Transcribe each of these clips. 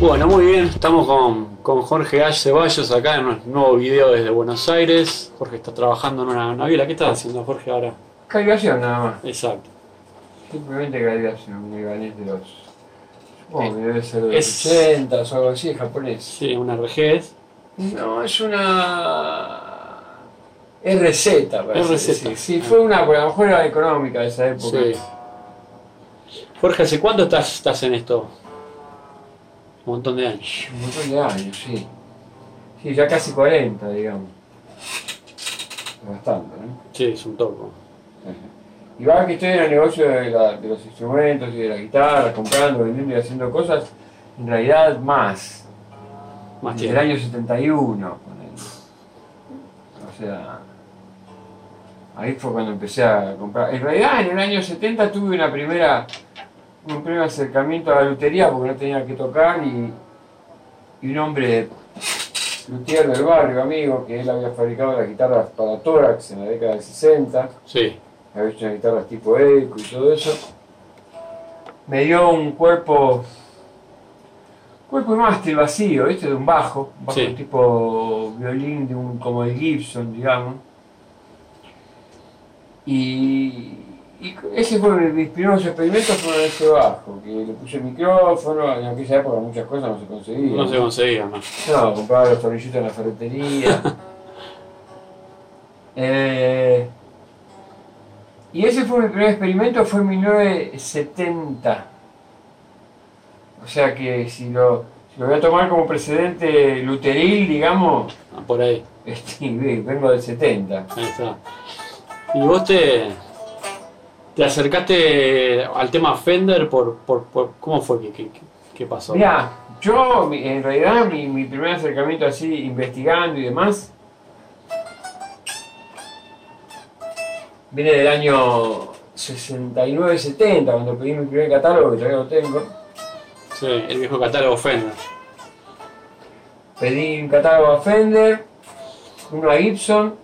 Bueno, muy bien, estamos con, con Jorge Ash Ceballos acá en un nuevo video desde Buenos Aires. Jorge está trabajando en una naviera. ¿Qué estás haciendo, Jorge, ahora? Calibración nada más. Exacto. Simplemente calibración. Me gané de los. Supongo que debe ser de los Es- 80 o algo así, es japonés. Sí, una RGS. No, es una. RZ, parece. RZ. Sí, sí, fue una, por lo mejor era económica de esa época. Sí. Jorge, ¿hace cuánto estás, estás en esto? Un montón de años. Un montón de años, sí. Sí, ya casi 40, digamos. Es Bastante, ¿no? Sí, es un topo. Y va que estoy en el negocio de, la- de los instrumentos y de la guitarra, comprando, vendiendo y haciendo cosas, en realidad más. Más desde el tiempo. año 71. ponele. O sea, ahí fue cuando empecé a comprar. En realidad, en el año 70 tuve una primera, un primer acercamiento a la lutería porque no tenía que tocar y, y un hombre luthier del barrio, amigo, que él había fabricado las guitarras para tórax en la década del 60 Sí, había hecho unas guitarras tipo eco y todo eso. Me dio un cuerpo, cuerpo y mástil vacío, ¿viste? De un bajo, un bajo Sí. tipo violín, de un, como el Gibson, digamos. Y, y ese fue mi- mis primeros experimentos fueron ese bajo, que le puse micrófono, en aquella época muchas cosas no se conseguían. no se conseguía más. No, compraba los tornillitos en la ferretería. Eh, y ese fue mi primer experimento, fue en 1970. O sea que si lo, si lo voy a tomar como precedente luteril, digamos, Ah, Por ahí, este, vengo del 70. ahí está. Y vos te, te acercaste al tema Fender por, por, por- ¿cómo fue que, que- que- que pasó? Mira, yo mi- en realidad mi, mi primer acercamiento así investigando y demás viene del año 69-70 cuando pedí mi primer catálogo que todavía lo tengo. Sí, el viejo catálogo Fender. Pedí un catálogo a Fender, uno a Gibson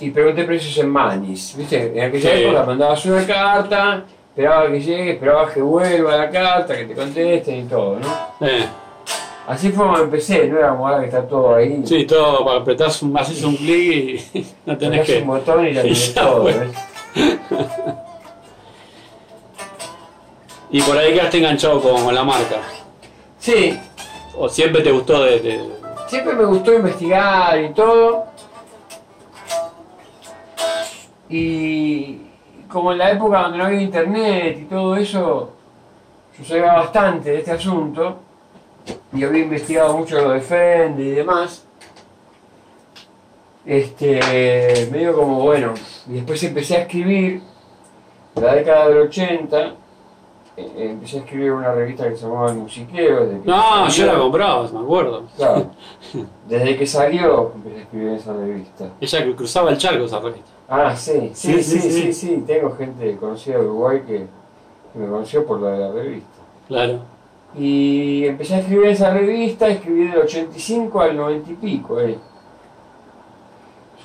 y pregunté precios en Manis. ¿Viste? En aquella Sí. época mandabas una carta, esperaba que llegue, esperabas que vuelva la carta, que te contesten y todo, ¿no? Eh, Así fue como empecé, no era como ahora que está todo ahí. sí, todo para apretar, un, haces un clic y no tenés Tenés un que... botón y la y tenés ya todo, fue. ¿ves? Y por ahí quedaste enganchado con la marca. Sí, O siempre te gustó de... de- siempre me gustó investigar y todo. Y como en la época donde no había internet y todo eso, yo sabía bastante de este asunto y había investigado mucho lo de Fender y demás. Este, medio como bueno, y después empecé a escribir, en la década del 80, eh, eh, empecé a escribir una revista que se llamaba El Musiquero. desde que No, yo salió. la compraba, me acuerdo. Claro. Desde que salió empecé a escribir esa revista. Ella que cruzaba el charco esa revista. Ah, sí, Sí, sí, sí, sí, sí, sí, sí. Tengo gente conocida de Uruguay que, que me conoció por la de la revista. Claro. Y empecé a escribir esa revista, escribí del 85 al 90 y pico, eh.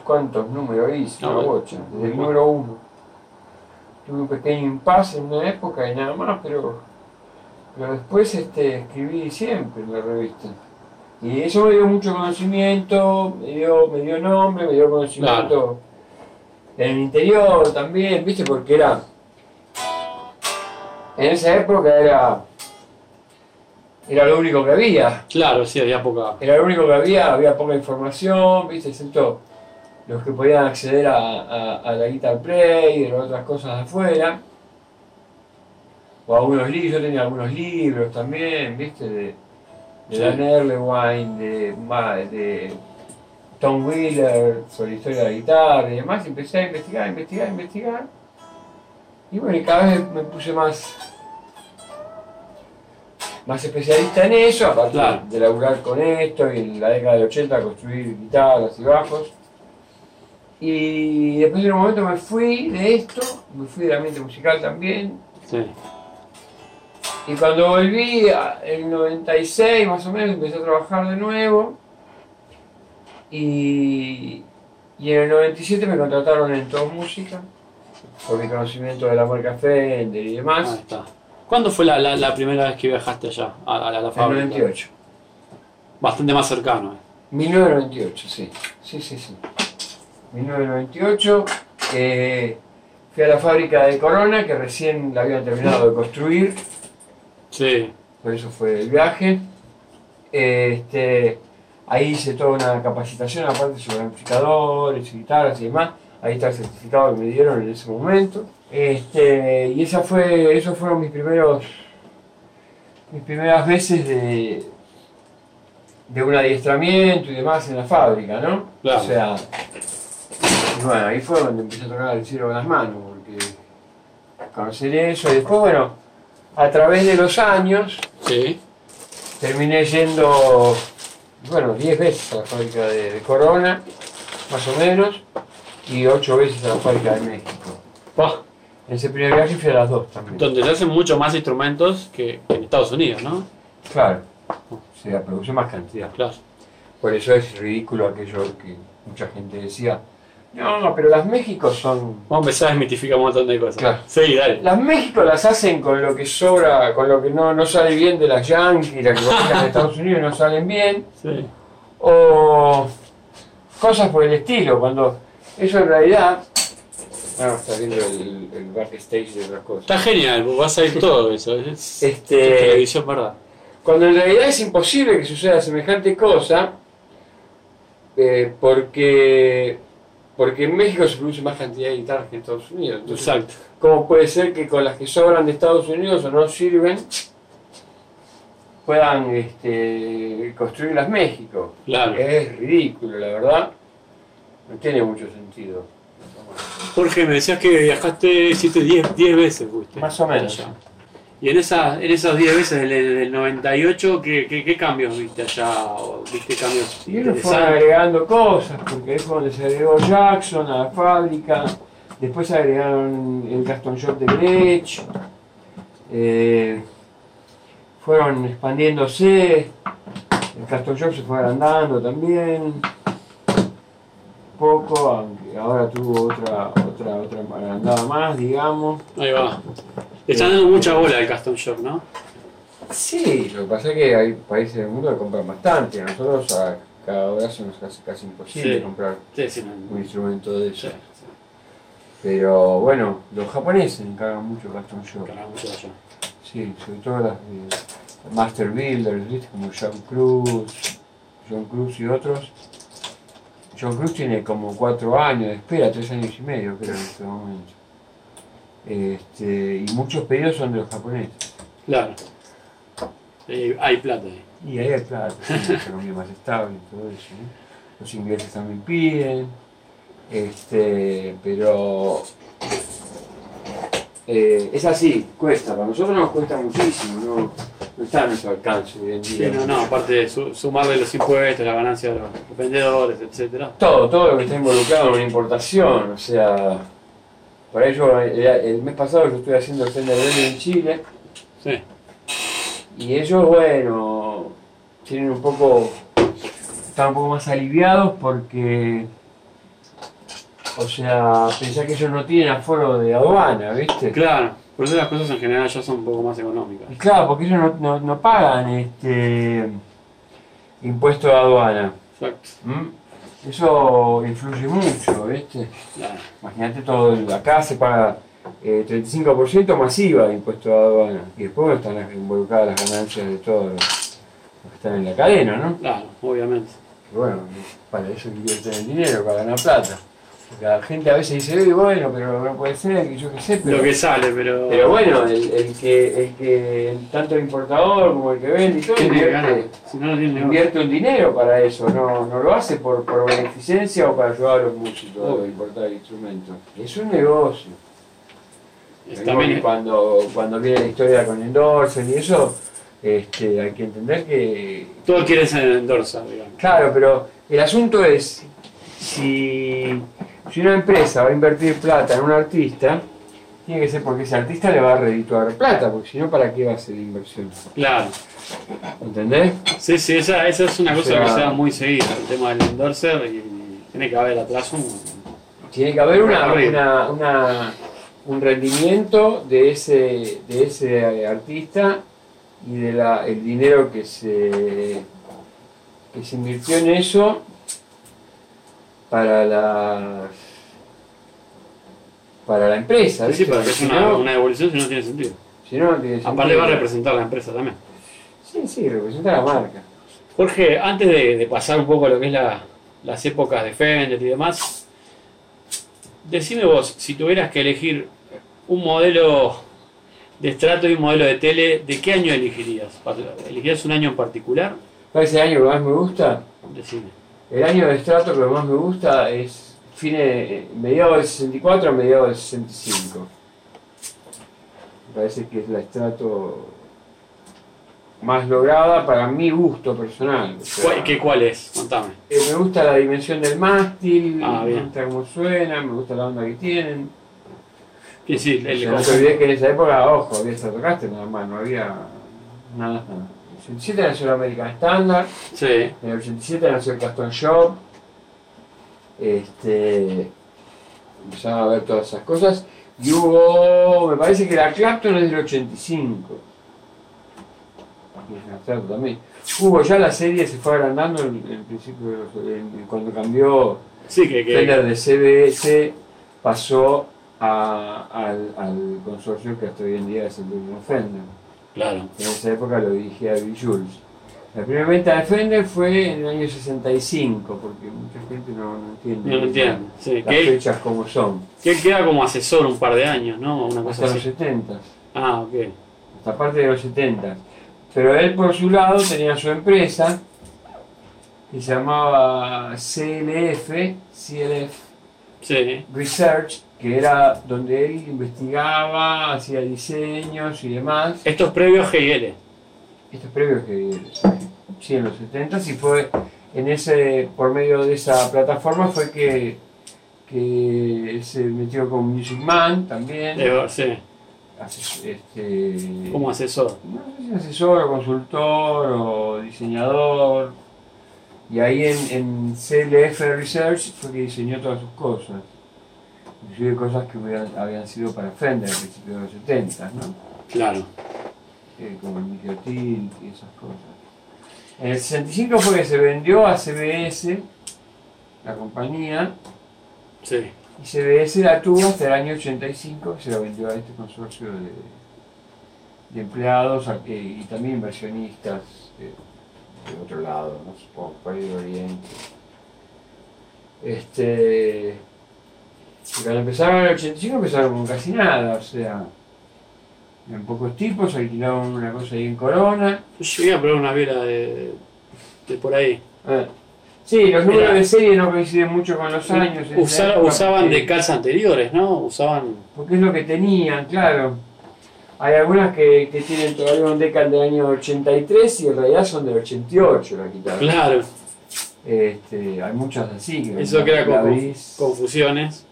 ¿Cuántos números hice? Ah, Una bueno. bocha, desde el número uno. Tuve un pequeño impasse en una época y nada más, pero, pero después este, escribí siempre en la revista. Y eso me dio mucho conocimiento, me dio, me dio nombre, me dio conocimiento en el interior también, ¿viste? Porque era. En esa época era. Era lo único que había. Claro, sí, había poca... Era lo único que había, había poca información, ¿viste? Excepto los que podían acceder a, a- a la Guitar Play y a otras cosas de afuera. O algunos libros, yo tenía algunos libros también, ¿viste? De, de Sí. Dan Erlewine, de, Ma- de Tom Wheeler sobre historia de la guitarra y demás. Y empecé a investigar, investigar, investigar. Y bueno, y cada vez me puse más más especialista en eso, aparte Claro. de laburar con esto y en la década del 80 construir guitarras y bajos. Y después de un momento me fui de esto, me fui del ambiente musical también, Sí. y cuando volví, a- en 96 más o menos, empecé a trabajar de nuevo. Y, y en el 97 me contrataron en Top Música, por mi conocimiento de la marca Fender y Ahí demás. está. ¿Cuándo fue la, la- la primera vez que viajaste allá, a, a la, a la En fábrica? 98. Bastante más cercano. eh. 1998, sí. Sí, sí, sí. 1998. eh, fui a la fábrica de Corona, que recién la habían terminado de construir. Sí, por eso fue el viaje. Este, ahí hice toda una capacitación, aparte sobre amplificadores, guitarras y demás. Ahí está el certificado que me dieron en ese momento. Este, y esa fue, esos fueron mis primeros, mis primeras veces de, de un adiestramiento y demás en la fábrica, ¿no? Claro. O sea, y bueno, ahí fue donde empecé a tocar el cielo con las manos, porque conocer eso. Y después, bueno, a través de los años, sí. terminé yendo, bueno, 10 veces a la fábrica de, de Corona, más o menos, y 8 veces a la fábrica de México. Buah, En ese primer viaje fui a las dos también. donde se hacen mucho más instrumentos que, que en Estados Unidos, ¿no? Claro, se la produce más cantidad. Claro. Por eso es ridículo aquello que mucha gente decía, no, no, pero las México son... Vamos a empezar a desmitificar un montón de cosas. Claro. Sí, dale. Las México las hacen con lo que sobra, con lo que no, no sale bien de las Yankees, las que fabrican en Estados Unidos no salen bien. Sí. o cosas por el estilo, cuando eso en realidad... Ah, está viendo el, el backstage de otras cosas. Está genial, vas a ir todo eso. Es, Este- es televisión, ¿verdad? Cuando en realidad es imposible que suceda semejante cosa, eh, porque, porque en México se produce más cantidad de guitarras que en Estados Unidos. Entonces, Exacto. ¿Cómo puede ser que con las que sobran de Estados Unidos o no sirven puedan este, construirlas México? Claro. Es ridículo, la verdad. No tiene mucho sentido. Jorge, me decías que viajaste, hiciste 10 10 veces, fuiste. Más o menos. Allá. Y en, esas en esas 10 veces del, del 98, ¿qué, qué, qué cambios viste allá? ¿O ¿Viste cambios Y ellos fueron interesantes? agregando cosas, porque ahí fue donde se agregó Jackson a la fábrica, después agregaron el Gaston Shop de Grech, eh, fueron expandiéndose, el Gaston Shop se fue agrandando también, un poco, aunque ahora tuvo otra, otra, otra agrandada más, digamos. Ahí va. Le están dando mucha bola al Custom Shop, ¿no? Sí, lo que pasa es que hay países del mundo que compran bastante, a nosotros a cada hora se nos hace casi imposible Sí. comprar Sí, sí, no. un instrumento de eso. Sí, Pero bueno, los japoneses encargan mucho Gaston sí, Shop. carga mucho allá. Sí, sobre todo las de Master Builders, ¿viste? como John Cruz, John Cruz y otros. John Cruz tiene como cuatro años de espera, tres años y medio creo en este momento. Este, y muchos pedidos son de los japoneses. Claro. Eh, hay plata ahí. Y ahí hay plata, es una economía más estable y todo eso. ¿no? Los ingleses también piden, este, pero eh, es así, cuesta. Para nosotros nos cuesta muchísimo, no, no está a nuestro alcance hoy en Sí, día. no, no, aparte de su- sumarle los impuestos, la ganancia de los vendedores, etcétera. Todo, todo lo que está involucrado en una importación, o sea, para ello el, el mes pasado yo estuve haciendo el Fender Rally en Chile Sí, y ellos, bueno, tienen un poco, están un poco más aliviados porque, o sea, pensá que ellos no tienen aforo de aduana, ¿viste? claro. Por eso las cosas en general ya son un poco más económicas. Y Claro, porque ellos no, no- no pagan este impuesto de aduana. Exacto. ¿m? Eso influye mucho, ¿viste? Claro. Imagínate todo, el- acá se paga eh, 35% masiva de impuesto de aduana y después bueno, están las- involucradas las ganancias de todos los los que están en la cadena, ¿no? Claro, obviamente. Y bueno, para eso invierten el dinero, para ganar plata. Porque la gente a veces dice, "Ey, bueno, pero no puede ser, que yo qué sé, pero... Lo que sale, pero. Pero bueno, el, el que, el que, tanto el importador como el que vende y todo, Tiene que ganar. invierte, Si no, no tiene negocio. invierte un dinero para eso, no, no lo hace por, por beneficencia o para ayudar a los músicos a Obvio. importar instrumentos. Es un negocio. Es Lo también mismo que cuando, cuando viene la historia con Endorsen y eso, este, hay que entender que. Todos quieren ser endorsa, digamos. Claro, pero el asunto es: si, si una empresa va a invertir plata en un artista, tiene que ser porque ese artista le va a redituar plata, porque si no, ¿para qué va a ser la inversión? Claro. ¿Entendés? Sí, sí, esa, esa es una O cosa sea- que se da muy seguida, el tema del endorser y, y tiene que haber atrás un. Tiene que haber una, Recorrido. una, una, un rendimiento de ese, de ese artista y de la, el dinero que se, que se invirtió en eso para la para la empresa. Sí, sí, ¿viste? pero es si, una, no, una devolución si no tiene sentido. si no, no tiene Aparte sentido. va a representar la empresa también. Sí, sí, representa la marca. Jorge, antes de, de pasar un poco a lo que es la- las épocas de Fender y demás, decime vos, si tuvieras que elegir un modelo de estrato y un modelo de tele, ¿de qué año elegirías? ¿Elegirías un año en particular? ¿Cuál es el año que más me gusta? Decime. El año de estrato que más me gusta es fine, mediados del 64 a mediados del 65. Me parece que es la estrato más lograda para mi gusto personal. o sea, ¿Cuál, qué, ¿Cuál es? Contame. eh, me gusta la dimensión del mástil, Ah, me bien. gusta cómo suena, me gusta la onda que tienen. Sí, sí, el- O sea, no te olvides que en esa época, ojo, había Stratocaster nada más, no había nada. En el 87 nació la American Standard, sí. en el 87 nació el Caston Shop. Este, empezaron a ver todas esas cosas. Y hubo, me parece que la Clapton es del 85. Y es una Clapton también. Hubo ya la serie se fue agrandando en, en principio, de los- en- cuando cambió Sí, que, que- Fender de CBS pasó a- al, al consorcio que hasta hoy en día es el mismo Fender. Claro. En esa época lo dirigía Bill Jules. La primera venta de Fender fue en el año 65, porque mucha gente no, no entiende No lo entiendo. Sí, las que él, fechas como son. que él queda como asesor un par de años, ¿no? Una cosa Hasta los así. 70, Ah, ok. hasta parte de los 70. Pero él por su lado tenía su empresa que se llamaba CLF, CLF Sí. Research, que era donde él investigaba, hacía diseños y demás. Esto es previo a GL. Esto es previo que sí, en los 70 y fue en ese, por medio de esa plataforma fue que, que se metió con Music Man también, Debe- Sí, ases- este, como asesor. no sé si asesor o consultor o diseñador. Y ahí en, en CLF Research fue que diseñó todas sus cosas. Inclusive cosas que hubieran- habían sido para Fender a principios de los 70, ¿no? Claro. Eh, como el microtilt y esas cosas. En el 65 fue que se vendió a CBS, la compañía, Sí, y CBS la tuvo hasta el año 85, que se la vendió a este consorcio de, de empleados a- eh, y también inversionistas eh, de otro lado, ¿no? supongo, por ahí de Oriente. Este, y cuando empezaron en el 85 empezaron con casi nada, o sea, en pocos tipos, alquilaron una cosa ahí en Corona. yo llegué a probar una vela de, de por ahí. Ah, Sí, los números Era- de serie no coinciden mucho con los años. en Usa- esa época, usaban porque- de casa anteriores, ¿no? Usaban. porque es lo que tenían, claro. Hay algunas que, que tienen todavía un decal del año 83 y en realidad son del 88 la guitarra. Claro, Este, hay muchas así. Que eso cuando que era la con abrís- confusiones.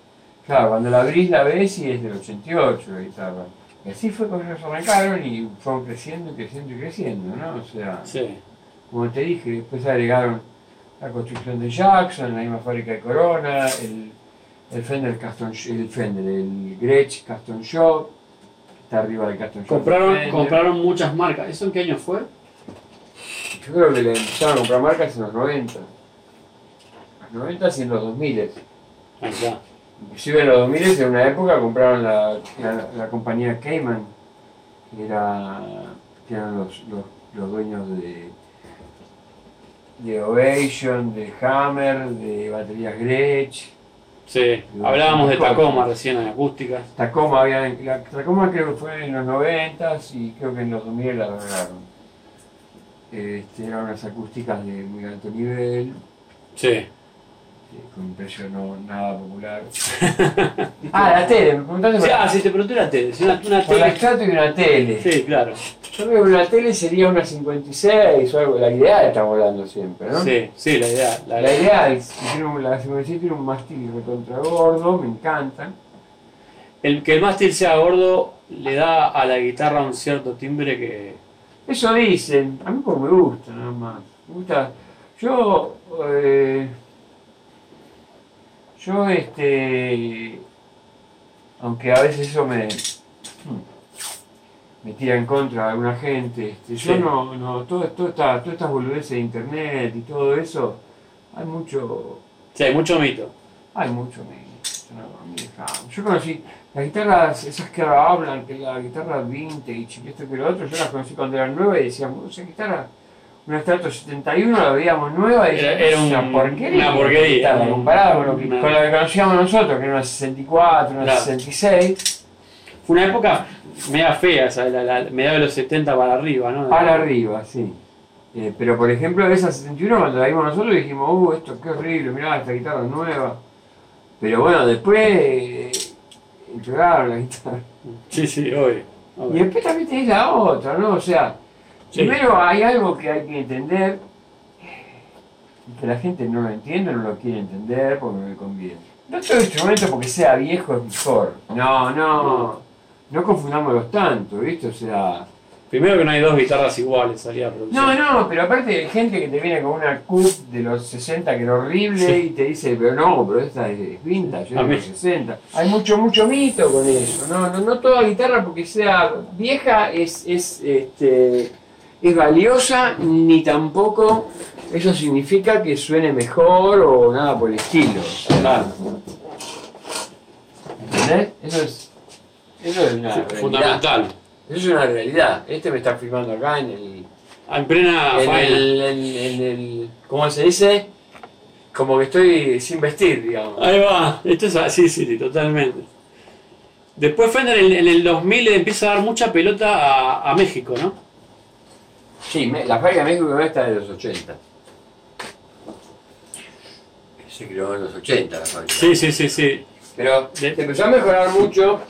Claro, cuando la abrís la ves y es del 88 la guitarra. Y así fue como ellos arrancaron y fueron creciendo, y creciendo y creciendo, ¿no? O sea, Sí, como te dije, después agregaron la construcción de Jackson, la misma fábrica de Corona, el, el Fender Custom Sh- el Fender, el Gretsch Custom Shop, que está arriba del Custom Shop. de compraron, Fender. compraron muchas marcas. ¿Eso en qué año fue? Yo creo que le empezaron a comprar marcas en los 90. Los 90 y en los 2000. Ahí está. Inclusive en los 2000 en una época compraron la, la- la compañía Cayman, que, era, que eran los, los- los dueños de, de Ovation, de Hammer, de baterías Gretsch. Sí, hablábamos de Tacoma recién en acústica. Tacoma, habían, la Tacoma creo que fue en los 90 y creo que en los 2000 la lograron. Este, eran unas acústicas de muy alto nivel, Sí, eh, con un precio no nada popular. ah, la tele, me preguntaste Sí, por, ah, sí, te pregunté una tele. sí, Una, una por ah, la tele. estatua y una tele. Sí, claro. Yo creo que una tele sería una 56 o algo, la ideal estamos hablando siempre, ¿no? Sí, sí, la idea. La, La ideal, es que tiene un- la 56 tiene un mástil recontra gordo, me encanta. El que el mástil sea gordo le da a la guitarra un cierto timbre que. Eso dicen, a mí como me gusta nada más. Me gusta. Yo. eh, yo, este. aunque a veces eso me, me tira en contra de alguna gente. este, yo Sí. no, no, todo, todo esta- todas estas boludeces de internet y todo eso, hay mucho, Sí, hay mucho mito. hay mucho me- no, a mí dejame. Yo conocí las guitarras, esas que ahora hablan, que la guitarra vintage, que esto que lo otro, yo las conocí cuando eran nuevas y decíamos, esa guitarra, una Strato 71, la veíamos nueva y Era- decíamos, era "Esa un- porquería. una porquería, guitarra, un- comparada con, lo que, una- con la que conocíamos nosotros, que era una 64, una Claro. 66, Fue una época media fea, esa, la, la- mediados de los 70 para arriba, ¿no? para arriba, sí. Eh, pero por ejemplo, esa 61 cuando la vimos nosotros dijimos, uh, esto qué horrible, mirá, esta guitarra nueva. Pero bueno, después eh, entregaron la guitarra. Sí, sí, obvio. Y obvio. después también tenés la otra, ¿no? O sea, Sí. primero hay algo que hay que entender, que la gente no lo entiende, no lo quiere entender porque no le conviene. No todo instrumento porque sea viejo es mejor. No, no, no confundámoslos tanto, ¿viste? O sea, Primero que no hay dos guitarras iguales, salía a producción. no, no, pero aparte hay gente que te viene con una CUP de los 60 que era horrible Sí. y te dice, pero no, pero esta es vintage, A es de mí- los 60. Hay mucho, mucho mito con eso. No, no, no toda guitarra porque sea vieja es, es, este, es valiosa, ni tampoco eso significa que suene mejor o nada por el estilo. Claro. ¿Entendés? Eso es, eso es una Sí, realidad. fundamental. Eso es una realidad. Este me está filmando acá en el En plena en faena. el, en- en el- ¿cómo se dice? Como que estoy sin vestir, digamos. Ahí va, esto es así, sí, sí, totalmente. Después Fender en, en el 2000 le empieza a dar mucha pelota a, a México, ¿no? Sí, me- la fábrica de México está de los 80. Se creó en los 80 la fábrica. Sí, sí, sí, sí. Pero De- se empezó a mejorar mucho.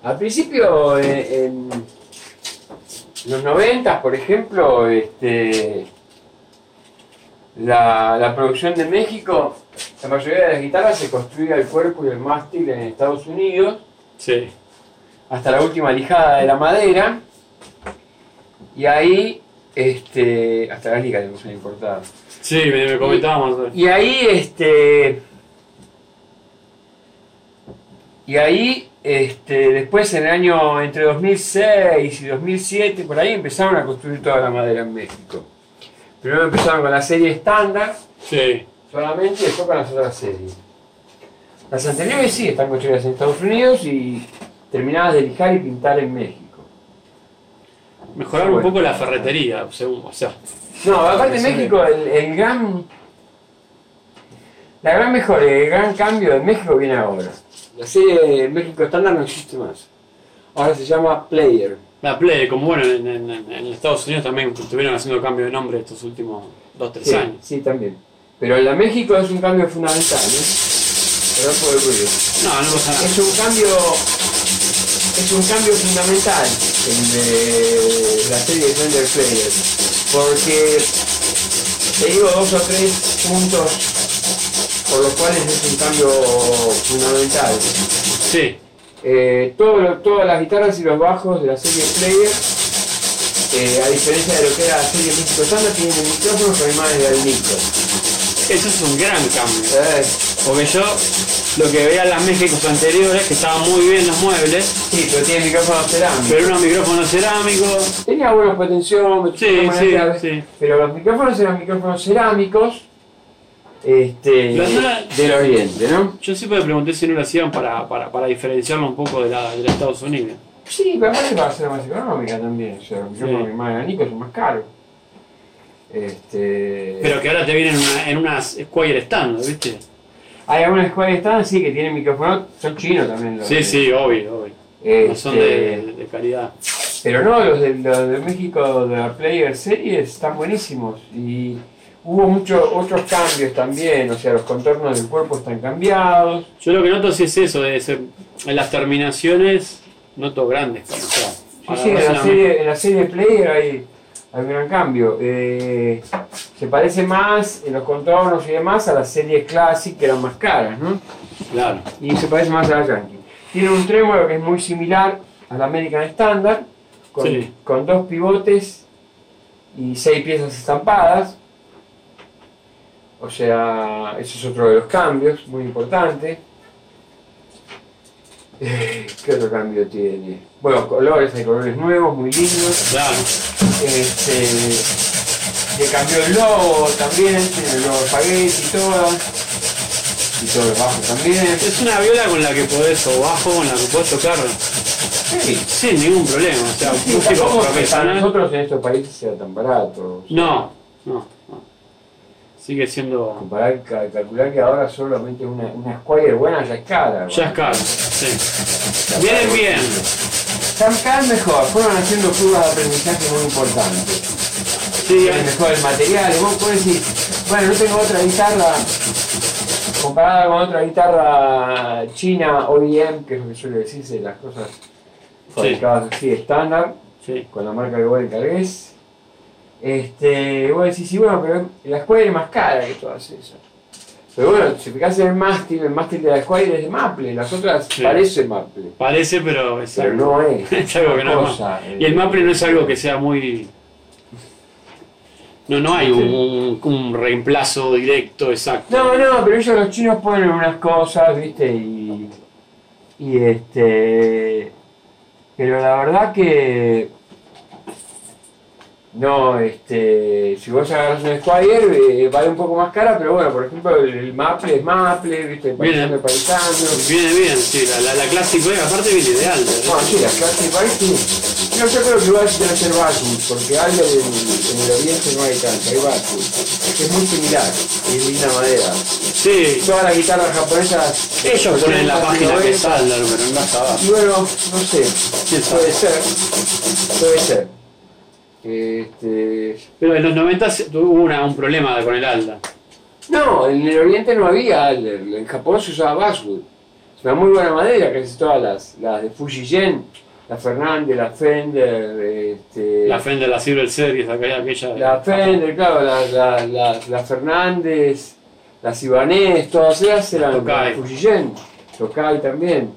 Al principio, eh, en, los 90, por ejemplo, este, la, la producción de México, la mayoría de las guitarras se construía el cuerpo y el mástil en Estados Unidos. Sí, hasta la última lijada de la madera y ahí este hasta la liga tenemos una importada sí, me, me comentábamos. y ahí este y ahí este después en el año entre 2006 y 2007 por ahí empezaron a construir toda la madera en México primero empezaron con la serie estándar Sí, solamente y después con las otras series. Las anteriores sí están construidas en Estados Unidos y terminadas de lijar y pintar en México. mejorar un poco la ferretería, según, o sea, No, aparte de México, el, el gran. La gran mejor, el gran cambio de México viene ahora. La serie de México estándar no existe más. Ahora se llama Player. la Play, como bueno, en, en- en- en Estados Unidos también estuvieron haciendo cambio de nombre estos últimos 2, 3 Sí, años. sí, también. Pero la México es un cambio fundamental, ¿eh? Perdón por el ruido. No, no pasa nada. es un cambio es un cambio fundamental en eh, la serie de Thunder Player porque te digo dos o tres puntos por los cuales es un cambio fundamental Sí, eh, todo lo- todas las guitarras y los bajos de la serie Player eh, a diferencia de lo que era la serie México Standard tienen micrófonos además del micro eso es un gran cambio. Eh, Porque yo lo que veía en las Méxicos anteriores, que estaban muy bien los muebles, sí pero tiene micrófonos cerámicos pero unos micrófonos cerámicos, Tenía buenos potenciómetros, Sí, buenas sí, claves, sí. pero los micrófonos eran micrófonos cerámicos este, Los era- del oriente, ¿no? Yo siempre me pregunté si no lo hacían para, para, para diferenciarlo un poco de la, de la Estados Unidos. Sí, pero aparte para ser más económica también, o sea, los micrófonos Sí. más orgánicos son más caros. Este, Pero que ahora te vienen en, una- en unas Squire Standard, ¿viste? Hay algunas escuelas que están, sí, que tienen micrófonos, son chinos también los Sí, de- sí, obvio, obvio. este, No son de, de calidad. Pero no, los de, los de México de la Player Series están buenísimos. Y hubo muchos otros cambios también, o sea, los contornos del cuerpo están cambiados. Yo lo que noto sí es eso, de ese- en las terminaciones noto grandes. cambios, o sea, Sí, sí, agarrás en la, Ah, una- serie, en la serie Player hay, hay un gran cambio. Eh, se parece más en los contornos y demás a las series Classic que eran más caras, ¿no? Claro, Y se parece más a la Yankee. Tiene un trémolo que es muy similar a la American Standard, con, Sí. con dos pivotes y seis piezas estampadas. O sea, eso es otro de los cambios muy importante. ¿Qué otro cambio tiene? Bueno, colores, hay colores nuevos, muy lindos. Claro. Este, le cambió el logo también, tiene el logo espagueti y todo. Y todos los bajos también. Es una viola con la que podés, o bajo con la que podés tocar Sí, sin ningún problema. O sea, sí, músico tampoco que para profesional. nosotros en estos países sea tan barato. No, no, no. Sigue siendo. Comparar, ca- calcular que ahora solamente una, una Squire buena ya es Ya cara. es bueno. caro. Sí. Ya Vienen está, bien. bueno. Están cada vez mejor, fueron haciendo curvas de aprendizaje muy importantes. Sí, Vienen mejor el material, vos podés decir, bueno, no tengo otra guitarra comparada con otra guitarra china OEM, que es lo que suele decirse, las cosas fabricadas así estándar, sí. con la marca que vos encargués. Este, vos decís, sí, bueno, pero la Squire es más cara que todas esas. Pero bueno, si fijás en el mástil, el mástil de la Squire es de Maple, las otras Sí. parece Maple, Parece, pero es pero algo, no es. es algo que no es cosa, Maple. eh. Y el Maple no es algo que sea muy. No, no hay un, un reemplazo directo exacto. No, no, pero ellos los chinos ponen unas cosas, viste, y. Y este. Pero la verdad que. No, este. Si vos agarras un Squire, eh, vale un poco más cara, pero bueno, por ejemplo, el, el Maple es Maple, viste, el paisano es paisano. Viene bien, sí, la, la, la clásica, eh, aparte viene de Alder. ¿eh? Bueno, Ah, sí, las clases de país sí. No, yo creo que igual debe ser Batus, porque algo en, en el oriente no hay tanto, hay Batus. Es muy similar, y es linda madera. Sí, Todas las guitarras japonesas. ellos ponen en la 80, página que es 90, Alder, pero no está abajo. Y bueno, no sé, puede ser, puede ser. Este, Pero en los 90 se- tuvo una, un problema con el Alda. no, en el oriente no había Alder, en Japón se usaba Basswood. Es una muy buena madera, casi todas las, las de Fujigen, la Fernández, la Fender, este, La Fender, la Silver Series, aquella. aquella de- la Fender, claro, la, la, la- la Fernández, las Ibanez, todas ellas eran Tokai. de Fujigen, Tokai también.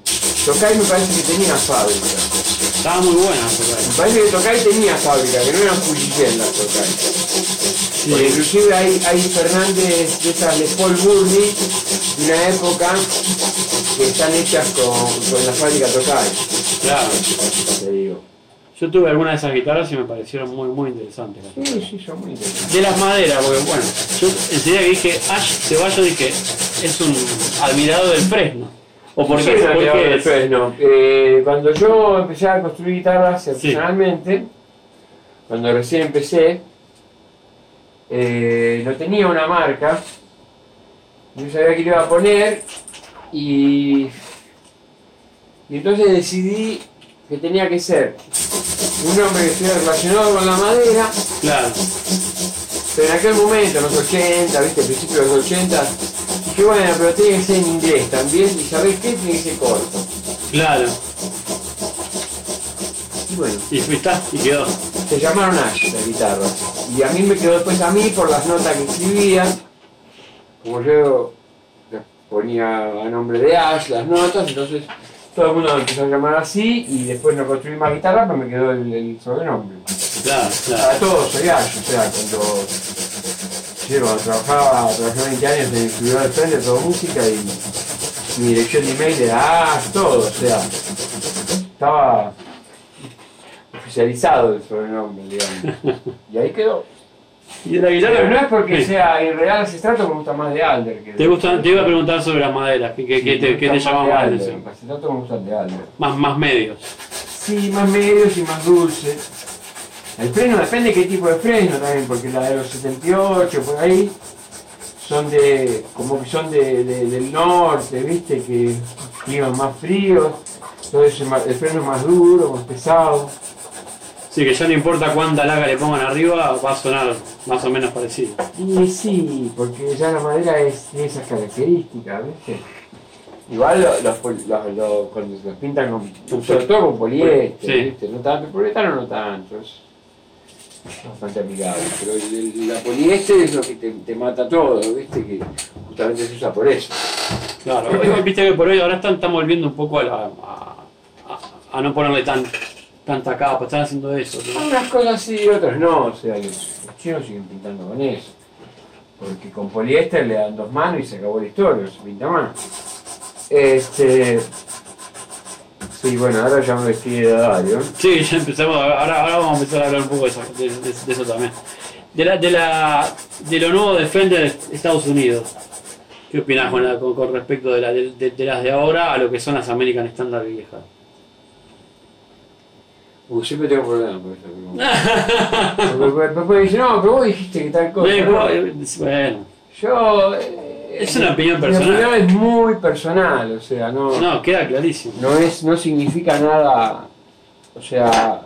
Tokai me parece que tenía fábrica. Estaba muy buena. por ahí. Me parece que Tokai tenía fábrica, que no eran Fujigen las Tokai. Porque Sí. inclusive hay, hay Fernández de esas de Paul Burley de una época que están hechas con, con la fábrica Tokai, Claro. te digo. Yo tuve algunas de esas guitarras y me parecieron muy, muy interesantes. Sí, sí, son muy interesantes. De las maderas, porque bueno, yo enseguida que dije Ash Ceballos dije es un admirado del Fresno. ¿O por qué? Sí, ¿Por no, qué es? después no. Eh, cuando yo empecé a construir guitarras artesanalmente, cuando recién empecé, eh, no tenía una marca, no sabía qué le iba a poner y, y entonces decidí que tenía que ser un nombre que estuviera relacionado con la madera, Claro, pero en aquel momento, en los 80, viste, principios de los 80, dije bueno, pero tiene que ser en inglés también y sabés qué, tiene que ser corto. claro. Y bueno, Y fuiste y quedó. se llamaron Ash las guitarras. Y a mí me quedó después a mí por las notas que escribía. Como yo las ponía a nombre de Ash las notas, entonces todo el mundo me empezó a llamar así y después no construí más guitarras, pero me quedó el, el sobrenombre. Claro, claro. Para todos soy Ash, o sea, cuando, sí, cuando trabajaba, trabajé 20 años en el estudio de frente, todo música y mi dirección de email era Ash, todo, o sea, estaba oficializado el sobrenombre, digamos. Y ahí quedó. Y de la Pero no es guitarra. porque Sí. sea irreal ese trato, me gusta más de Alder. Que Te, gusta, te iba a preguntar sobre las maderas, que, que- que te, que te llamaba más la atención. Ese trato me gusta el de Alder. Más, más medios. Sí, más medios y más dulces. El freno depende qué tipo de freno también, porque la de los 78 por ahí son de, como que son de, de- del norte, viste, que climas más fríos, entonces el, ma- el freno es más duro, más pesado. Sí, que ya no importa cuánta laga le pongan arriba, va a sonar más o menos parecido. Y sí, porque ya la madera es tiene esas características, viste. Igual lo- los, pol- los- los- cuando se los pintan con, sobre todo con poliéster, Sí. ¿viste? no tanto, poliéster no tanto, es bastante amigable, pero el- el- la poliéster es lo que te, te mata todo, viste, que justamente se usa por eso. Claro, hoy- viste que por hoy ahora están, están volviendo un poco a, la- a- a- a no ponerle tan, tanta capa, están haciendo eso. ¿no? Algunas cosas sí y otras no, o sea, los, los chinos siguen pintando con eso, porque con poliéster le dan dos manos y se acabó la historia, no se pinta más. Este, Sí, bueno, ahora ya me vestí de Dario. Sí, ya empezamos, a- ahora, ahora vamos a empezar a hablar un poco de eso, de, de- de eso también. De, la, de, la, de lo nuevo de Fender de Estados Unidos. ¿Qué opinás con, la- con- con respecto de, la- de- de- de las de ahora a lo que son las American Standard viejas? Porque siempre tengo problemas con eso. Porque- Porque porque me dice, no, pero vos dijiste que tal cosa. Eh, ¿no? vos, eh, Bueno, Yo. eh, Es una opinión Mi personal. opinión es muy personal, o sea, no. no, queda clarísimo. no es no significa nada o sea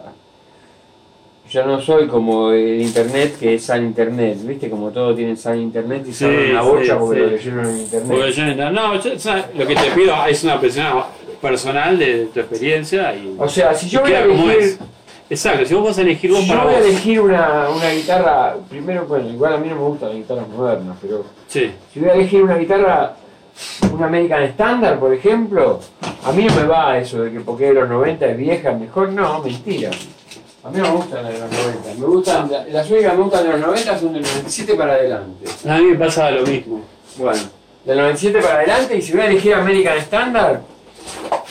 yo no soy como el internet que es san internet viste como todo tienen san internet y Sí, saben una sí, bocha porque sí. lo leyeron en internet Porque yo no, no, yo- yo- lo que te pido es una presión personal de tu experiencia y o sea si yo y voy a queda como elegir es. Exacto, si vos vas a elegir vos si yo para voy a vos. elegir una, una guitarra primero bueno igual a mí no me gustan las guitarras modernas pero Sí, si voy a elegir una guitarra una American Standard por ejemplo a mí no me va eso de que porque de los 90 es vieja mejor no mentira A mí no me gustan las de los 90. Me gustan, la- las únicas que me gustan de los 90 son del 97 para adelante. a mí me pasa lo mismo. Bueno, del 97 para adelante y si voy a elegir American Standard,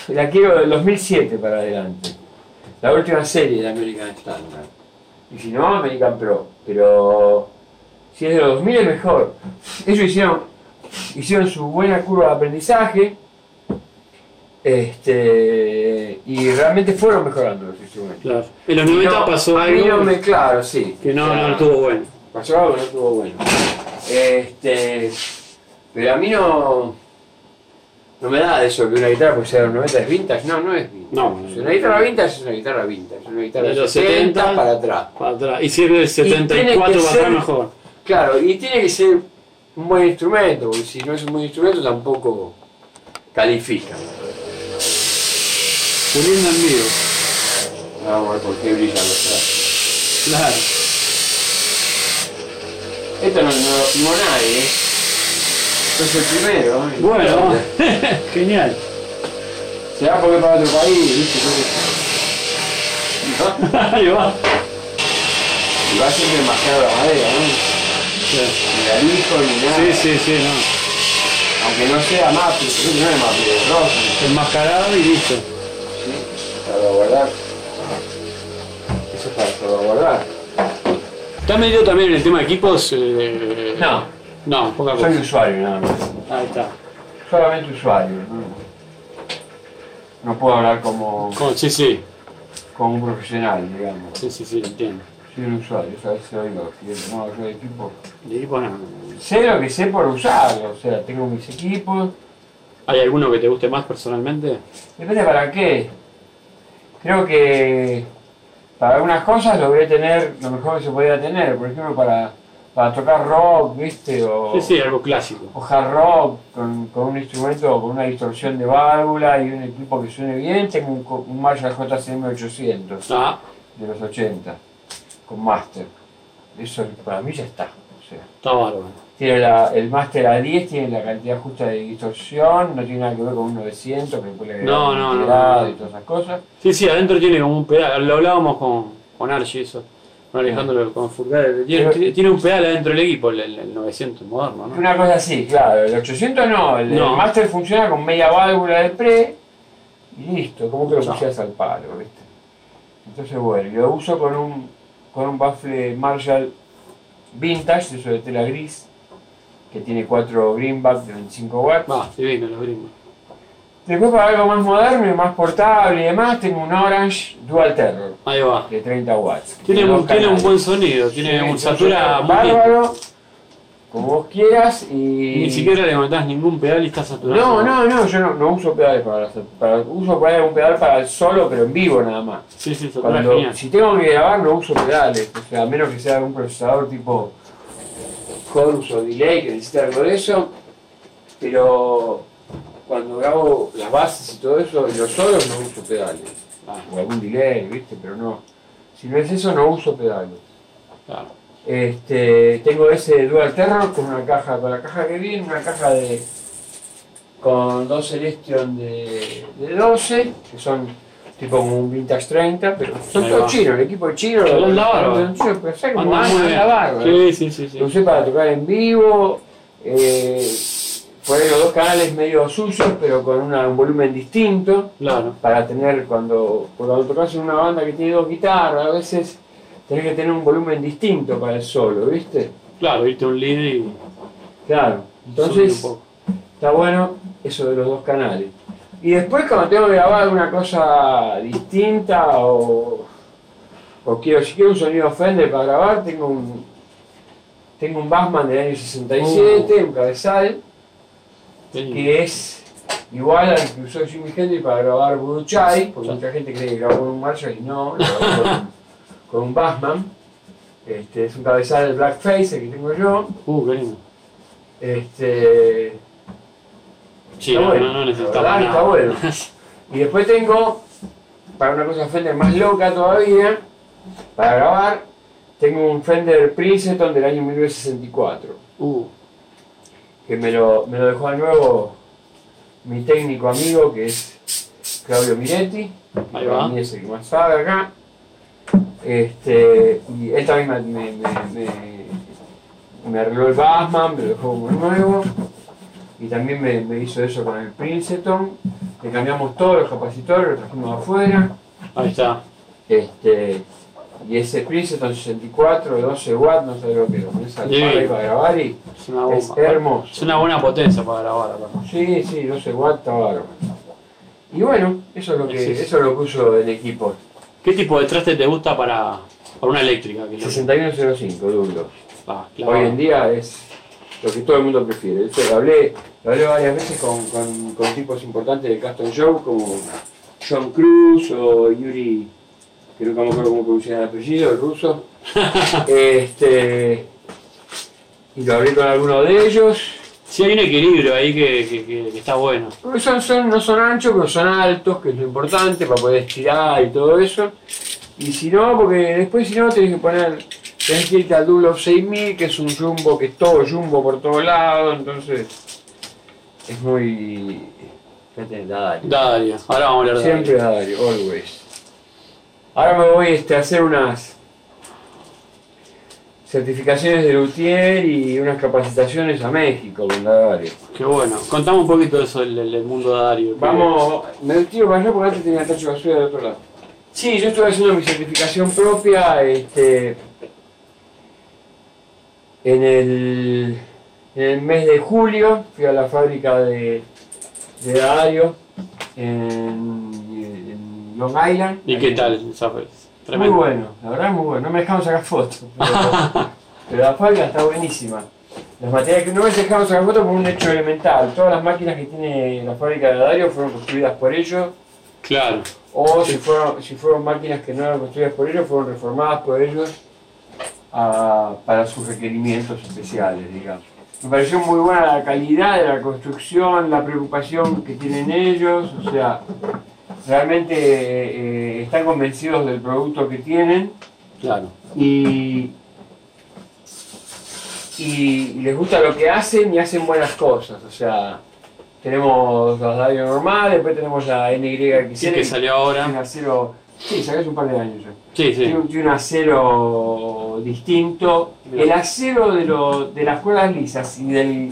la quiero del 2007 para adelante. La última serie de American Standard. Y si no, American Pro. Pero si es de los 2000 es mejor. Ellos hicieron, hicieron su buena curva de aprendizaje. Este, y realmente fueron mejorando los instrumentos. Claro. En los 90 No, pasó a mí algo no me- claro, sí. que no, O sea, no estuvo bueno. Pasó algo que no estuvo bueno. Este. Pero a mí no. No me da eso que una guitarra porque sea de los 90 es vintage. No, no es vintage. No, Si una guitarra vintage es una guitarra vintage. Es una guitarra De los 70, 70 para atrás. para atrás. Y si es del tiene 74 que para atrás, ser- mejor. Claro, y tiene que ser un buen instrumento, porque si no es un buen instrumento tampoco califica. Puliendo en vivo. Vamos a ver por qué brillan los trajes. Claro. Esto no, no lo filmó nadie, ¿eh? Esto es el primero. ¿eh? Bueno, genial. Será porque es para otro país, ¿viste? Yo qué sé. ¿No? Ahí va. Y va siempre demasiado la madera, ¿no? Sí, Ni la hijo ni nada. sí, sí, no. Aunque no sea maple, creo que no es maple, es rosa. Enmascarado y listo. Para guardar. Eso es para guardar. ¿Estás metido también en el tema de equipos? Eh, No, No, poca soy cosa. usuario nada más. Ahí está. Solamente usuario. ¿no? No puedo hablar como, Con- sí, sí, como un profesional, digamos. sí, sí, sí, entiendo. Soy un usuario, ¿sabes? Soy los clientes, no, yo de equipo. De equipos no. Sé lo que sé por usarlo, o sea, tengo mis equipos, ¿Hay alguno que te guste más personalmente? Depende para qué. Creo que para algunas cosas lo voy a tener lo mejor que se podía tener. Por ejemplo, para, para tocar rock, ¿viste? O, Sí, sí, algo clásico. o hard rock con, con un instrumento, con una distorsión de válvula y un equipo que suene bien. Tengo un, co- un Marshall JCM800 Ah, de los 80 con Master. Eso para mí ya está. O sea, está bárbaro. tiene la- el Master A10 tiene la cantidad justa de distorsión, no tiene nada que ver con un 900, que después le No, agregaron no, un no, grado no. y todas esas cosas. Sí, sí, adentro tiene como un pedal. Lo hablábamos con, con Archie, eso. Con Alejandro, con Furcal. Tiene, Pero- tiene un pedal adentro del equipo, el, el- el 900 moderno, ¿no? Una cosa así, claro. El 800 no, el, No. el Master funciona con media válvula de pre y listo, como que lo pusieras al palo, ¿viste? Entonces, bueno, lo uso con un, con un baffle Marshall Vintage, eso de tela gris, que tiene 4 greenback de 25 watts. Va, divino, los gringos. Después, para algo más moderno y más portable y demás, tengo un Orange Dual Terror. Ahí va. de 30 watts. Tiene, Dos un, tiene un canales. buen sonido, tiene Sí, un son satura muy bien. bárbaro, como vos quieras y Ni siquiera le matás ningún pedal y está saturado. No, no, no, yo no, no uso pedales para, hacer- para uso para un pedal para el solo, pero en vivo nada más. Sí, sí, satura Cuando- genial. si tengo que grabar no uso pedales, o sea, a menos que sea un procesador tipo Chorus o Delay que necesita algo de eso, pero cuando grabo las bases y todo eso, en los solos no uso pedales. Ah, O algún delay, viste, pero no. Si no es eso no uso pedales. claro. Este, tengo ese Dual Terror con una caja, con la caja que viene, una caja de. con dos Celestion de, de 12, que son tipo como un Vintage 30, pero son Ahí va. todos chinos, el equipo es chino, Anda los- los- bárbaro. los chinos, pero ¿sabes cómo Anda andan? muy Anda bárbaro. bien. Sí, sí, sí. Lo sí. usé para tocar en vivo, eh, Por ahí los dos canales medio sucios, pero con una- un volumen distinto. Claro. Para tener, cuando, cuando tocas en una banda que tiene dos guitarras, a veces tenés que tener un volumen distinto para el solo, ¿viste? Claro, irte a un líder y. Claro. subir Entonces, un poco. Está bueno eso de los dos canales. Y después cuando tengo que grabar una cosa distinta o, o quiero, si quiero un sonido Fender para grabar, tengo un tengo un Bassman del año 67, Uh. un cabezal, Sí. que es igual al que usó Jimmy Hendrix para grabar Voodoo Chai, porque Claro. mucha gente cree que grabó con un Marshall y no, lo grabó con, con un Bassman. Este, es un cabezal de Blackface, el que tengo yo. Uh, qué lindo. Este, Sí, Está no, bueno. no, no La necesitamos verdad que nada. está bueno. Y después tengo, para una cosa Fender más loca todavía, para grabar, tengo un Fender Princeton del año 1964, Uh, que me lo, me lo dejó de nuevo mi técnico amigo, que es Claudio Miretti, ahí que para va. mí es el que más sabe acá. Este, y él también me, me, me- me- me arregló el Bassman, me lo dejó como nuevo. Y también me, me hizo eso con el Princeton. Le cambiamos todos los capacitores, los trajimos de afuera. Ahí está. Este, y ese Princeton 64 de 12 watts, no sé lo que lo pones al Sí. palo ahí para grabar y Es una es bomba. hermoso. Es una buena potencia para grabar, aparte. Sí, sí, 12 watts está bárbaro. Y bueno, eso es lo que, Sí, sí. eso es lo que uso el equipo. ¿Qué tipo de traste te gusta para, para una eléctrica? Que es lo que- 6105, duro. Ah, claro. Hoy en día es lo que todo el mundo prefiere. De hecho, lo hablé, lo hablé varias veces con, con- con tipos importantes de Caston Show, como John Cruz o Yuri, que nunca me acuerdo cómo pronunciar el apellido, el ruso. este, y lo hablé con alguno de ellos. Sí, hay un equilibrio ahí que, que- que- que está bueno. Porque Pues Son, son, no son anchos, pero son altos, que es lo importante para poder estirar y todo eso. Y si no, porque después si no tenés que poner, tenés que irte al Dunlop 6000, que es un jumbo, que es todo jumbo por todos lados, entonces es muy... Fíjate, Dario. Dario. Ahora vamos a hablar de Dario. Siempre Dario, always. Ahora me voy este, a hacer unas certificaciones de luthier y unas capacitaciones a México con Dario. Qué bueno. Contame un poquito de eso del, del mundo de Dario. que- Vamos, me tiro para allá porque antes tenía el tacho de basura del otro lado. Sí, yo estuve haciendo mi certificación propia este, en, el, en el mes de julio. Fui a la fábrica de, de Dario en, en Long Island. ¿Y qué tal? esa fue? Muy Tremendo. bueno, la verdad muy bueno. No me dejaron sacar fotos. Pero, pero la fábrica está buenísima. Las materias que no me dejaron sacar fotos por un hecho elemental. Todas las máquinas que tiene la fábrica de Dario fueron construidas por ellos. Claro. O si fueron, si fueron máquinas que no eran construidas por ellos, fueron reformadas por ellos ah, para sus requerimientos especiales, digamos. Me pareció muy buena la calidad de la construcción, la preocupación que tienen ellos, o sea, realmente eh, eh, están convencidos del producto que tienen Claro. y, y les gusta lo que hacen y hacen buenas cosas, o sea, tenemos las radio normal, después tenemos la NYX Sí, que salió ahora. tiene acero. Sí, sacás un par de años ya. Sí, sí. Tiene, un- tiene un acero distinto. El acero de, lo- de las cuerdas lisas y del,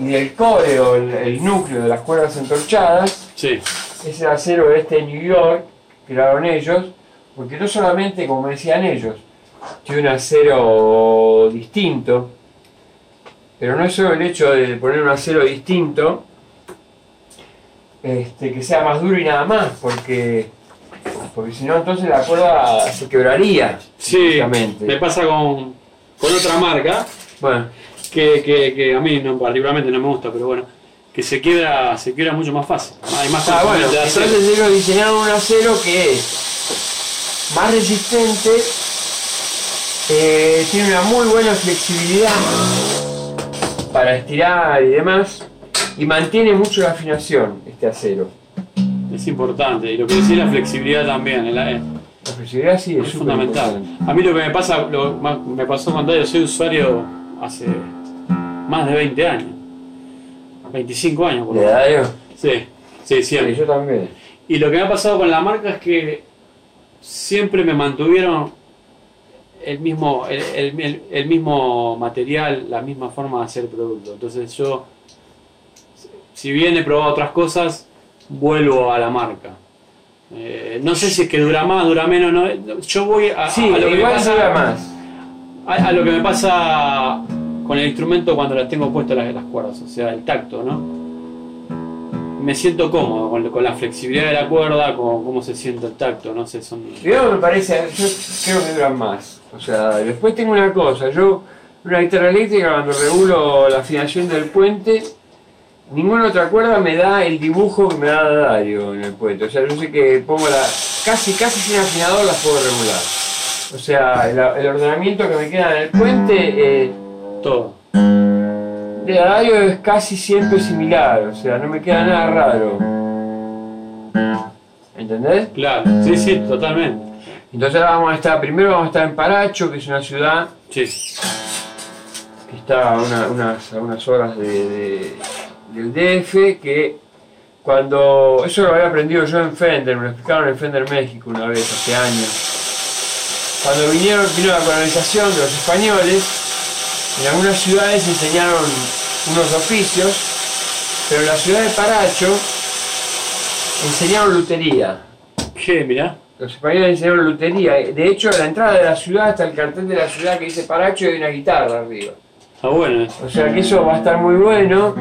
y del cobre o el, el núcleo de las cuerdas entorchadas Sí. es el acero este de New York que crearon ellos, porque no solamente, como decían ellos, tiene un acero distinto, pero no es solo el hecho de poner un acero distinto, este, que sea más duro y nada más, porque, porque si no entonces la cuerda se quebraría. Sí. básicamente. Me pasa con, con otra marca Bueno, que, que- que a mí no, particularmente no me gusta, pero bueno. Que se quiebra, se quiebra mucho más fácil. Hay más ah, bueno, componentes de acero. entonces ellos diseñaron un acero que es más resistente, eh, tiene una muy buena flexibilidad para estirar y demás, y mantiene mucho la afinación este acero. Es importante, y lo que decía la flexibilidad también, es, la- es- La flexibilidad sí es, es súper fundamental. importante. A mí lo que me pasa, lo más- me pasó con Dario, soy usuario hace más de 20 años, 25 años por lo ¿Le menos. da yo? Sí, sí, Sí, siempre. yo también. Y lo que me ha pasado con la marca es que siempre me mantuvieron el mismo, el, el- el- el mismo material, la misma forma de hacer producto. Entonces yo si bien he probado otras cosas, vuelvo a la marca. Eh, no sé si es que dura más, dura menos, no, yo voy a, Sí, Ah, a lo que me igual pasa- dura más. a, a lo que me pasa con el instrumento cuando las tengo puestas las, las cuerdas, o sea, el tacto, ¿no? Me siento cómodo con, con la flexibilidad de la cuerda, con cómo se siente el tacto, no sé, son... Yo me parece, yo creo que duran más. O sea, después tengo una cosa, yo una guitarra eléctrica cuando regulo la afinación del puente, ninguna otra cuerda me da el dibujo que me da Dario en el puente. O sea, yo sé que pongo la. casi, casi sin afinador las puedo regular. O sea, el, el ordenamiento que me queda en el puente. eh, Todo. de radio es casi siempre similar, o sea, no me queda nada raro. ¿Entendés? Claro, sí, sí, totalmente. Entonces ahora vamos a estar, primero vamos a estar en Paracho, que es una ciudad Sí, que está a, una- unas, a unas horas de, de- del DF, que cuando... Eso lo había aprendido yo en Fender, me lo explicaron en Fender México una vez, hace años. Cuando vinieron, vino la colonización de los españoles, en algunas ciudades enseñaron unos oficios, pero en la ciudad de Paracho enseñaron lutería. ¿qué? Mirá. Los españoles enseñaron lutería. De hecho, a la entrada de la ciudad está el cartel de la ciudad que dice Paracho y hay una guitarra arriba. Está bueno. ¿eh? eso. O sea que eso va a estar muy bueno.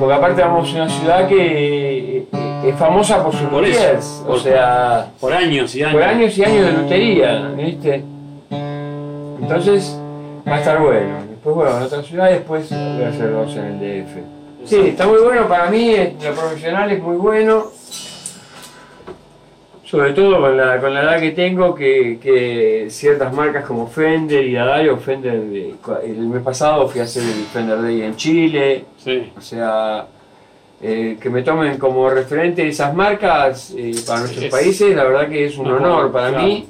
Porque aparte vamos a una ciudad que eh, es famosa por sus Por eso, luthiers. O por- sea, Por años y años. Ah, por años y años de lutería, ¿viste? Entonces va a estar bueno. Después, bueno, en otra ciudad y después voy a hacer dos en el DF. Sí, está muy bueno para mí, eh, lo profesional es muy bueno. Sobre todo con la, con la edad que tengo, que, que ciertas marcas como Fender y Adario, Fender, eh, cua- el mes pasado fui a hacer el Fender Day en Chile, Sí, o sea, eh, que me tomen como referente esas marcas eh, para nuestros Es- países, la verdad que es un No, honor para claro. mí,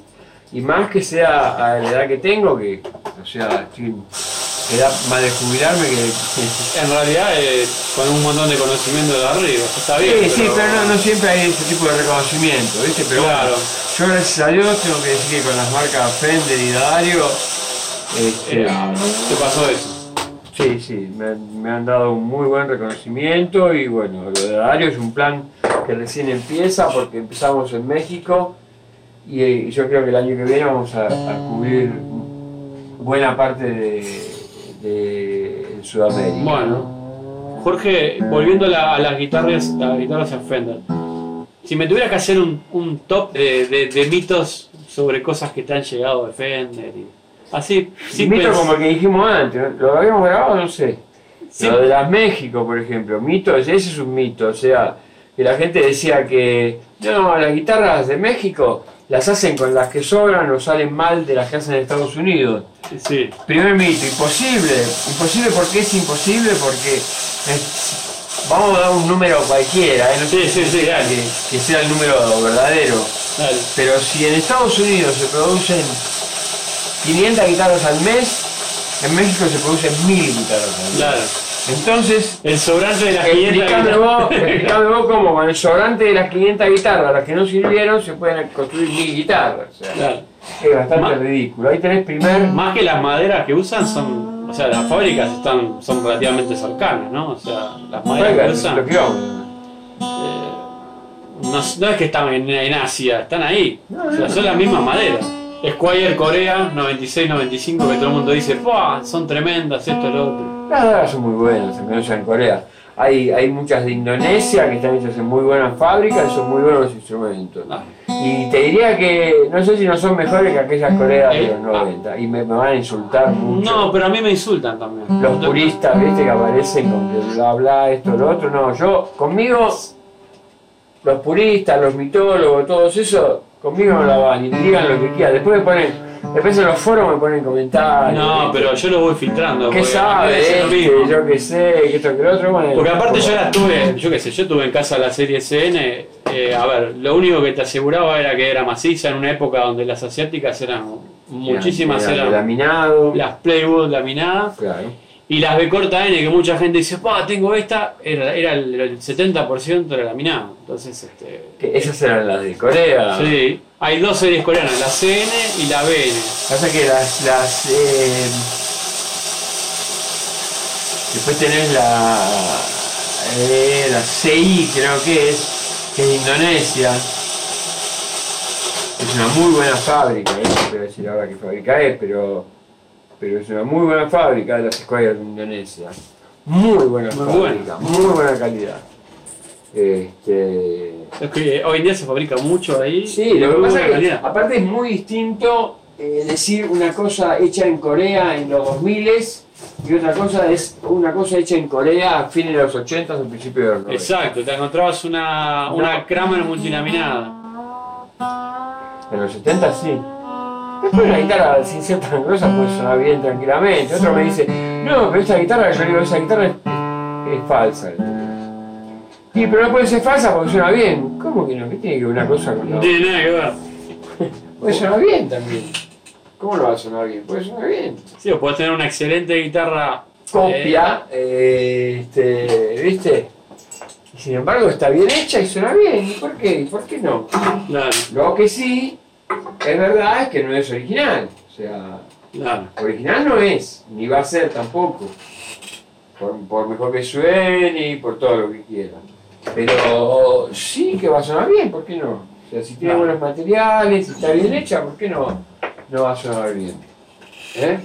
y más que sea a la edad que tengo, que, o sea, estoy, me da más de jubilarme que... en realidad eh, con un montón de conocimiento de arriba, eso está Sí, bien. eh, sí, pero no, no siempre hay ese tipo de reconocimiento, ¿viste? Pero Claro. bueno, yo gracias a Dios tengo que decir que con las marcas Fender y Dario, este, Eh, te pasó eso. sí, sí, me, han- me han dado un muy buen reconocimiento y bueno, lo de Dario es un plan que recién empieza porque empezamos en México y, eh, yo creo que el año que viene vamos a, a cubrir buena parte de, de Sudamérica. Bueno, Jorge, volviendo a, la- a las guitarras, a las guitarras en Fender. Si me tuviera que hacer un, un top de, de- de mitos sobre cosas que te han llegado de Fender y así, sin, mito pens- como el que dijimos antes, ¿no? ¿lo habíamos grabado? No sé. Sí. Lo de las México, por ejemplo, mito, ese es un mito, o sea, que la gente decía que no, las guitarras de México las hacen con las que sobran o salen mal de las que hacen en Estados Unidos. sí, Primer mito, imposible. Imposible porque es imposible porque es- vamos a dar un número cualquiera, ¿eh? no Sí, sí, sí, que- claro. que sea el número verdadero. dale. Pero si en Estados Unidos se producen 500 guitarras al mes, en México se producen 1000 guitarras al mes. Claro. Entonces, El sobrante de las 500 explicame guitarras. vos, explicame vos cómo con el sobrante de las 500 guitarras, las que no sirvieron, se pueden construir 1000 guitarras. o sea, Claro. Es bastante Ma- ridículo. Ahí tenés primer... Más que las maderas que usan son, o sea, las fábricas están, son relativamente cercanas, ¿no? O sea, las maderas Oiga, que usan, lo que vamos. eh, no, no es que están en, en Asia, están ahí. O sea, son las mismas maderas. Squire Corea 96-95 que todo el mundo dice, ¡Puah! Son tremendas, esto, lo otro. Las dadas son muy buenas, aunque no sean en Corea. Hay, hay muchas de Indonesia que están hechas en muy buenas fábricas y son muy buenos los instrumentos. Ah, Y te diría que no sé si no son mejores que aquellas coreas de Eh, los 90 y me, me van a insultar mucho. No, pero a mí me insultan también. Los No- puristas, viste, que aparecen con que bla bla, esto, lo otro. No, yo, conmigo, los puristas, los mitólogos, todos esos, conmigo no la van y me digan lo que quieran. Después me ponen, después en los foros me ponen comentarios. No, ¿viste? pero yo lo voy filtrando. ¿Qué porque a mí me sabe? dicen lo este? mismo. yo qué sé, que esto, que lo otro. Bueno, Porque aparte yo la tuve, yo qué sé, yo tuve en casa la serie CN, eh, a ver, lo único que te aseguraba era que era maciza en una época donde las asiáticas eran muchísimas, Eran de eran Laminado. las Playwood laminadas Claro. y las B corta N que mucha gente dice, pa, tengo esta, era, era el, el 70% era laminado, entonces este... Que esas eran las de Corea. Sí, hay dos series coreanas, la CN y la BN. Pasa que las. las eh, después tenés la. Eh, la CI creo que es, que es de Indonesia. Es una muy buena fábrica, eh, no te voy a decir ahora qué fábrica es, pero, pero es una muy buena fábrica de las escuelas de Indonesia. Muy buena Muy fábrica, muy buena calidad. Este, Es que eh, hoy en día se fabrica mucho ahí. Sí, lo que Muy pasa buena es que calidad. aparte es muy distinto eh, decir una cosa hecha en Corea en los 2000 y otra cosa es una cosa hecha en Corea a fines de los 80 o principios de los 90. Exacto, te encontrabas una, una Kramer multilaminada. En los 70 sí. Después la guitarra sin ser tan gruesa puede sonar pues bien tranquilamente. Otro me dice, no, pero esa guitarra, yo digo, esa guitarra es, es falsa. Y pero no puede ser falsa porque suena bien. ¿Cómo que no? ¿Qué tiene que ver una cosa con la No otra? tiene nada que ver. Puede sonar bien también. ¿Cómo no va a sonar bien? Puede sonar bien. Sí, o podés tener una excelente guitarra. eh, copia, eh, este, ¿viste? Y sin embargo está bien hecha y suena bien, ¿y por qué? ¿Y por qué no? eh, claro, Lo que sí, es verdad, es que no es original. O sea, claro. original no es, ni va a ser tampoco. Por, por mejor que suene y por todo lo que quiera. Pero sí que va a sonar bien, ¿por qué no? O sea, si tiene Claro. buenos materiales, si está bien hecha, ¿por qué no, no va a sonar bien? ¿Eh?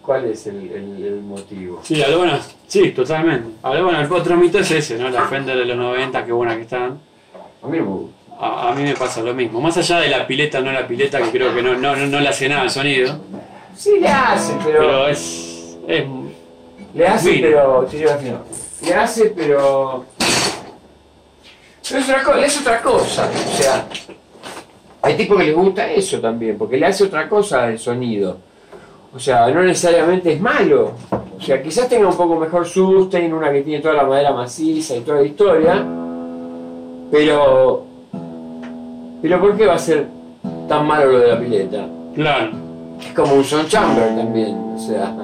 ¿Cuál es el- el- el motivo? Sí, algunas, sí, totalmente. Ahora, bueno, el otro mito es ese, ¿no? La Fender de los 90, qué buena que están. A mí no me gusta. A, a mí me pasa lo mismo. Más allá de la pileta, no la pileta, que creo que no, no, no, no le hace nada al sonido. Sí le hacen, pero. Pero es. es le hace, Mira. pero. sí, yo al final. Le hace, pero. Pero es otra cosa, le hace otra cosa. O sea. Hay tipos que les gusta eso también, porque le hace otra cosa al sonido. O sea, no necesariamente es malo. O sea, quizás tenga un poco mejor sustain, una que tiene toda la madera maciza y toda la historia. Pero. Pero ¿por qué va a ser tan malo lo de la pileta? claro. Es como un John Chamber también, o sea.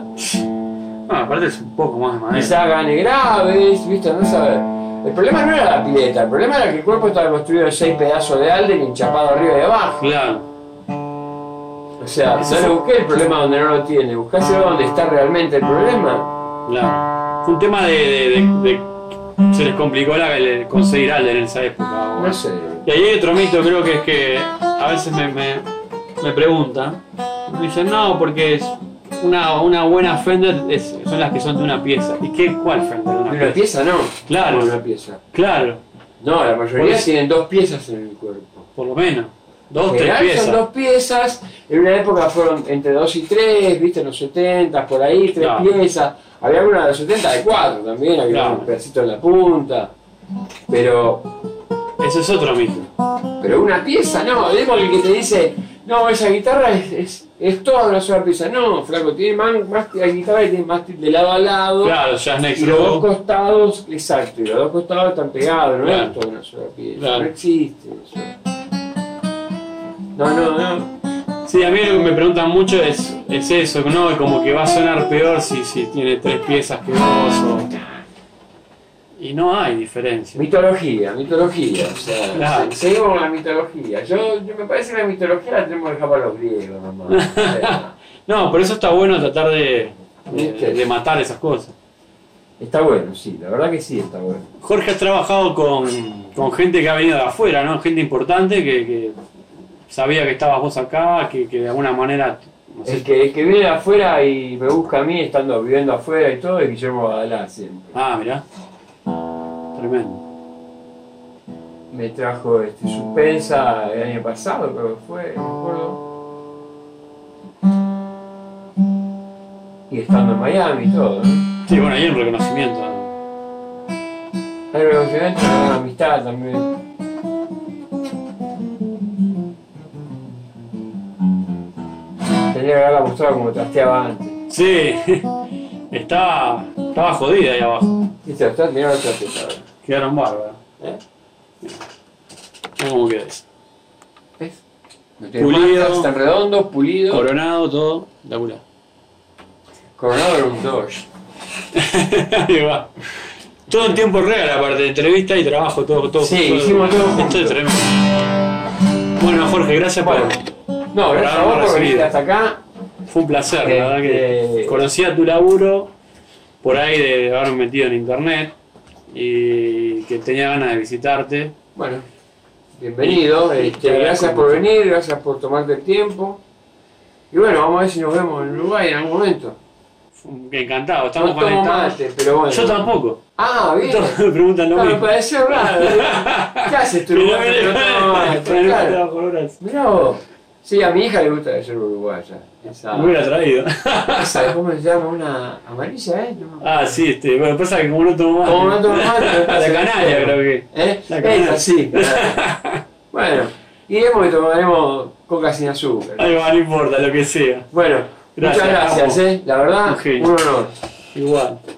Ah, aparte es un poco más de madera. Quizás gane graves, ¿viste? No sabes. El problema no era la pileta, el problema era que el cuerpo estaba construido de seis pedazos de Alden hinchapado arriba y abajo. Claro, O sea, no le busqué el problema donde no lo tiene, buscáselo Ah. donde está realmente el problema. claro. Fue un tema de. de- de- de- se les complicó la, el- conseguir Alden en esa época. o- No sé. Y ahí hay otro mito, creo que es que a veces me, me, me preguntan, me dicen, no, porque es una, una buena Fender es- son las que son de una pieza. ¿Y qué, cuál Fender? de De una una pieza? pieza no. Claro. De una pieza. Claro, No, la mayoría Por eso- tienen dos piezas en el cuerpo. por lo menos. Dos, En tres general piezas. Son dos piezas, en una época fueron entre dos y tres, viste, en los 70, por ahí, tres Claro. piezas. Había alguna de los 70 de cuatro también, había Claro. un pedacito en la punta. Pero Ese es otro mito. Pero una pieza, no, es como el que te dice, no, esa guitarra es, es, es toda una sola pieza. No, flaco, tiene más, más hay guitarras que tienen más de lado a lado. Claro, Jazz Next Y los dos Row. costados, exacto, y los dos costados están pegados, no Claro. es toda una sola pieza. Claro. No existe eso. No, no, no. Sí, a mí lo que me preguntan mucho es, es eso, ¿no? Como que va a sonar peor si, si tiene tres piezas que dos. o- Y no hay diferencia. Mitología, mitología. O sea, Claro. se- seguimos con la mitología. Yo, yo me parece que la mitología la tenemos que dejar para los griegos, mamá. O sea, No, por eso está bueno tratar de, de- Viste. de matar esas cosas. está bueno, sí, la verdad que sí está bueno. Jorge, has trabajado con, con gente que ha venido de afuera, ¿no? Gente importante que, que sabía que estabas vos acá, que, que de alguna manera... no sé. El que, el que viene de afuera y me busca a mí estando viviendo afuera y todo es Guillermo Badalá siempre. Ah, mirá. Tremendo. Me trajo este, suspensa el año pasado, creo que fue, no me acuerdo. Y estando en Miami y todo. ¿no? Sí, bueno, hay un reconocimiento. ¿no? Hay reconocimiento, hay una amistad también. Tenía que haberla mostrado como trasteaba antes. Sí, estaba, estaba jodida ahí abajo. Viste, está mirá lo que hace, ¿sabes? Quedaron bárbaros. ¿Eh? Mirá cómo quedó eso. ¿Ves? No tiene Pulido. marcas, está redondo, pulido. Coronado, todo, espectacular. Coronado era un Dodge. Ahí va. Todo en tiempo real, aparte de entrevista y trabajo, todo, todo. Sí, todo- hicimos todo Esto es junto. tremendo. Bueno, Jorge, gracias Bueno, por. no, gracias a vos por venir hasta acá. Fue un placer, la verdad que Este- conocía tu laburo por ahí de haberme metido en internet. y que tenía ganas de visitarte. Bueno, bienvenido. Sí, este, te agradezco gracias por mucho. venir, gracias por tomarte el tiempo. Y bueno, vamos a ver si nos vemos en Uruguay en algún momento. Encantado, estamos no tomo conectados. mate, pero bueno. Yo tampoco. Ah, bien. Todos me preguntan lo Claro, me mismo. pareció raro. ¿eh? ¿Qué haces tú, Pero Uruguay? me- pero no tomas mate? pero no Claro. estaba por horas. Mirá vos. Sí, a mi hija le gusta ser uruguaya. Esa, Me hubiera traído. esa, ¿cómo se llama? Una amarilla, ¿eh? No. Ah, sí, este. Bueno, pasa que como no tomo mate. Como no tomo mate, A la se- canalla, creo que. ¿Eh? La canalla. Esa, sí. claro. bueno, iremos y tomaremos coca sin azúcar. Ahí va, no importa, lo que sea. Bueno, Gracias, muchas gracias, Gabo. ¿eh? La verdad, Un genio. un honor. Igual.